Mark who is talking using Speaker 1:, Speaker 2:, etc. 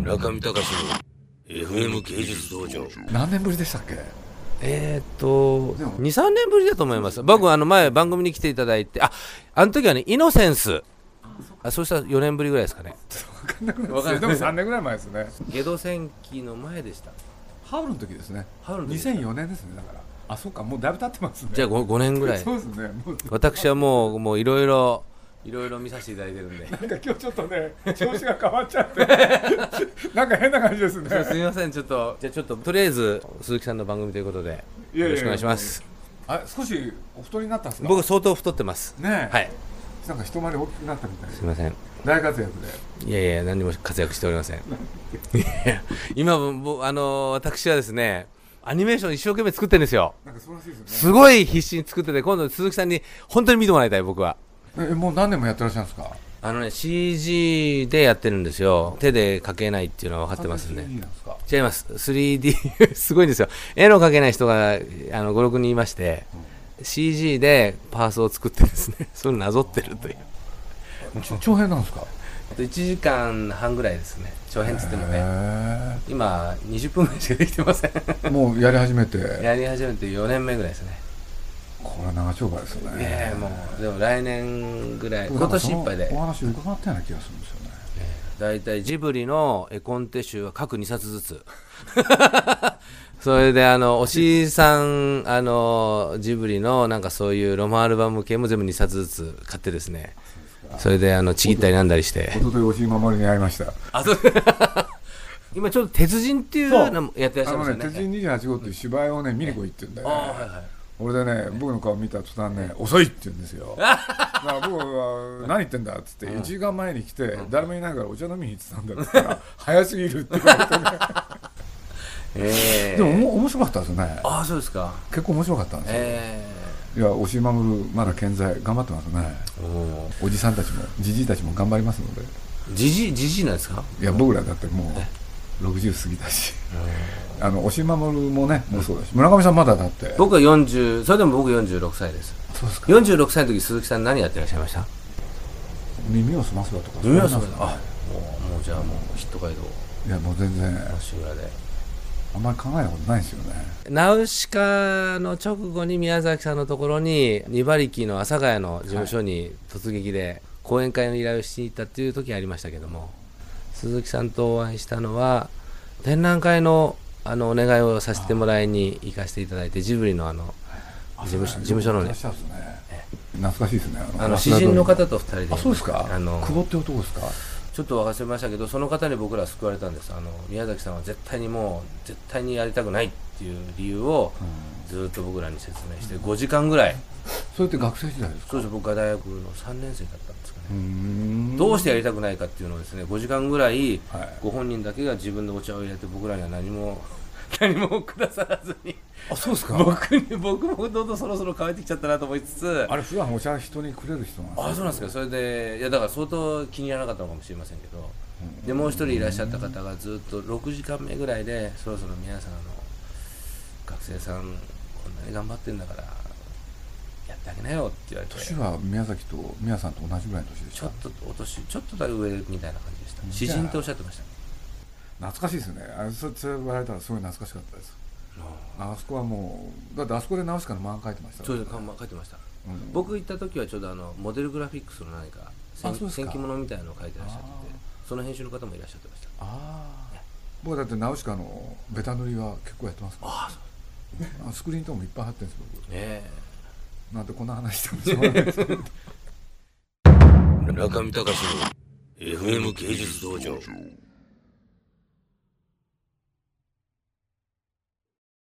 Speaker 1: 村上隆の FM 芸術道場
Speaker 2: 何年ぶりでしたっけ
Speaker 3: えーっと、2、3年ぶりだと思います。僕、あの前、番組に来ていただいて、あ、あの時はね、イノセンス。あそうしたら4年ぶりぐらいですかね。
Speaker 2: わかんないでも3年ぐらい前ですね
Speaker 3: ゲド戦記の前でした。
Speaker 2: ハウルの時ですね
Speaker 3: ハウルの時です
Speaker 2: 2004年ですねだからあそうかもうだいぶ経ってますね
Speaker 3: じゃあ 5, 年ぐらい
Speaker 2: そ。うですねもう
Speaker 3: 私はもう、もういろいろ、いろいろ見させていただいてるんで。
Speaker 2: なんか今日ちょっとね調子が変わっちゃって なんか変な感じですね
Speaker 3: そう すみません、ちょっと、じゃあちょっと、とりあえず、鈴木さんの番組ということで、
Speaker 2: いやいやいや
Speaker 3: よろしくお願いします。
Speaker 2: あ少しお太りになったんですか
Speaker 3: 僕、相当太ってます。
Speaker 2: ねえ
Speaker 3: はい、
Speaker 2: なんか一回り大きくなったみたいです
Speaker 3: みません。
Speaker 2: 大活躍で
Speaker 3: いやいや、何も活躍しておりません。いや今も僕、あのー私はですね、アニメーション一生懸命作ってるんですよ。
Speaker 2: なんか素晴らしいです
Speaker 3: すごい必死に作ってて、今度鈴木さんに本当に見てもらいたい、僕は。
Speaker 2: よねえもう何年もやってらっしゃるんですか
Speaker 3: あのね、CG でやってるんですよ。手で描けないっていうのは分かってますんで
Speaker 2: 完全。に 3D なんですか
Speaker 3: 違います。3D、す ごいんですよ。絵の描けない人が、あの、5、6人いまして、CG でパースを作ってですね、それをなぞってるという。
Speaker 2: ちょ長編なんですか
Speaker 3: あと1時間半ぐらいですね。長編つってもね。
Speaker 2: へ
Speaker 3: 今20分ぐらいしかできてません
Speaker 2: えもうやり始めて
Speaker 3: やり始めて4年目ぐらいですね
Speaker 2: これは長丁場ですよね
Speaker 3: ええもうでも来年ぐらい
Speaker 2: 僕
Speaker 3: 今年いっぱい
Speaker 2: なんか
Speaker 3: で
Speaker 2: そのお話を伺ったような気がするんですよね
Speaker 3: 大体ジブリの絵コンテ集は各2冊ずつ それであのおしいさんあのジブリのなんかそういうロマンアルバム系も全部2冊ずつ買ってですねそれであのちぎったりなんだりして
Speaker 2: 一昨日押井守に会いました
Speaker 3: あそう今ちょっと鉄人っていうのもやってらっし
Speaker 2: あ
Speaker 3: ゃいま
Speaker 2: の
Speaker 3: す
Speaker 2: ね
Speaker 3: よ
Speaker 2: 「鉄
Speaker 3: ね
Speaker 2: 人28号」っていう芝居をね見に来いって言うんだよ、
Speaker 3: あはいはい
Speaker 2: 俺でね僕の顔見た途端ね「遅い!」って言うんで すよだから僕は「何言ってんだ」っつって1時間前に来て誰もいないからお茶飲みに行ってたんだっつったら「早すぎる」って言われてね
Speaker 3: ええ
Speaker 2: でもおも面白かったですね
Speaker 3: ああそうですか
Speaker 2: 結構面白かったんですよ、
Speaker 3: え
Speaker 2: いや押井守まだ健在頑張ってますね
Speaker 3: えもう
Speaker 2: おじさんたちもじじいたちも頑張りますので
Speaker 3: じじじじなんですか
Speaker 2: いや僕らだってもう60過ぎたしあの押井守もねもうそうだし村上さんまだだって
Speaker 3: 僕は40それでも僕46歳です
Speaker 2: そうですか
Speaker 3: 46歳の時鈴木さん何やってらっしゃいました
Speaker 2: 耳をすませばとか
Speaker 3: そうなんですねあもうもうじゃあもうヒット街道
Speaker 2: いやもう全然
Speaker 3: 足裏で
Speaker 2: あんまり考えたことないですよね
Speaker 3: ナウシカの直後に宮崎さんのところに2馬力の阿佐ヶ谷の事務所に突撃で講演会の依頼をしに行ったっていう時ありましたけども鈴木さんとお会いしたのは展覧会のあのお願いをさせてもらいに行かせていただいてジブリのあの事務所事務所の
Speaker 2: いら
Speaker 3: ね
Speaker 2: っしゃるんですね懐かしいですね
Speaker 3: あの詩人の
Speaker 2: と
Speaker 3: 方と二人で
Speaker 2: あそうですか
Speaker 3: あの
Speaker 2: 久保って男ですか
Speaker 3: ちょっと忘れましたけどその方に僕ら救われたんですあの宮崎さんは絶対にもう絶対にやりたくないっていう理由をずっと僕らに説明して5時間ぐらい
Speaker 2: それって学生時代ですか
Speaker 3: そうです僕が大学の3年生だったんですかね
Speaker 2: うーん
Speaker 3: どうしてやりたくないかっていうのをですね5時間ぐらい
Speaker 2: はい
Speaker 3: ご本人だけが自分でお茶を入れて僕らには何も 何もくださらずに
Speaker 2: あそうですか
Speaker 3: 僕に僕もどんどんそろそろ乾いてきちゃったなと思いつつ
Speaker 2: あれ普段お茶人にくれる人なんですか
Speaker 3: あそうなんですかそれでいやだから相当気に入らなかったのかもしれませんけど、でもう一人いらっしゃった方がずっと6時間目ぐらいでそろそろ皆さんあの学生さんこんなに頑張ってんだからやってあげなよって言われて
Speaker 2: 年は宮崎と宮さんと同じぐらいの年でし
Speaker 3: ちょ
Speaker 2: た
Speaker 3: っとお年ちょっとだけ上みたいな感じでした
Speaker 2: うん
Speaker 3: 詩人っておっしゃってました
Speaker 2: 懐かしいですねあれそそれ言われたらすごい懐かしかったですあそこはもうだってあそこで直しかの漫画描いてましたか
Speaker 3: そ
Speaker 2: ら
Speaker 3: う
Speaker 2: ね
Speaker 3: です書いてました
Speaker 2: うん
Speaker 3: 僕行った時はちょうどあのモデルグラフィックスの何か
Speaker 2: あそうですか
Speaker 3: 戦記物みたいなのを書いてらっしゃっててその編集の方もいらっしゃってました
Speaker 2: ああ僕だってナウシカのベタ塗りは結構やってますから
Speaker 3: あそ
Speaker 2: あスクリーンともいっぱい貼ってるんです僕
Speaker 3: うねえ
Speaker 2: なんてこんな話したんでしょうがないですけど
Speaker 1: 村上隆の FM 芸術道場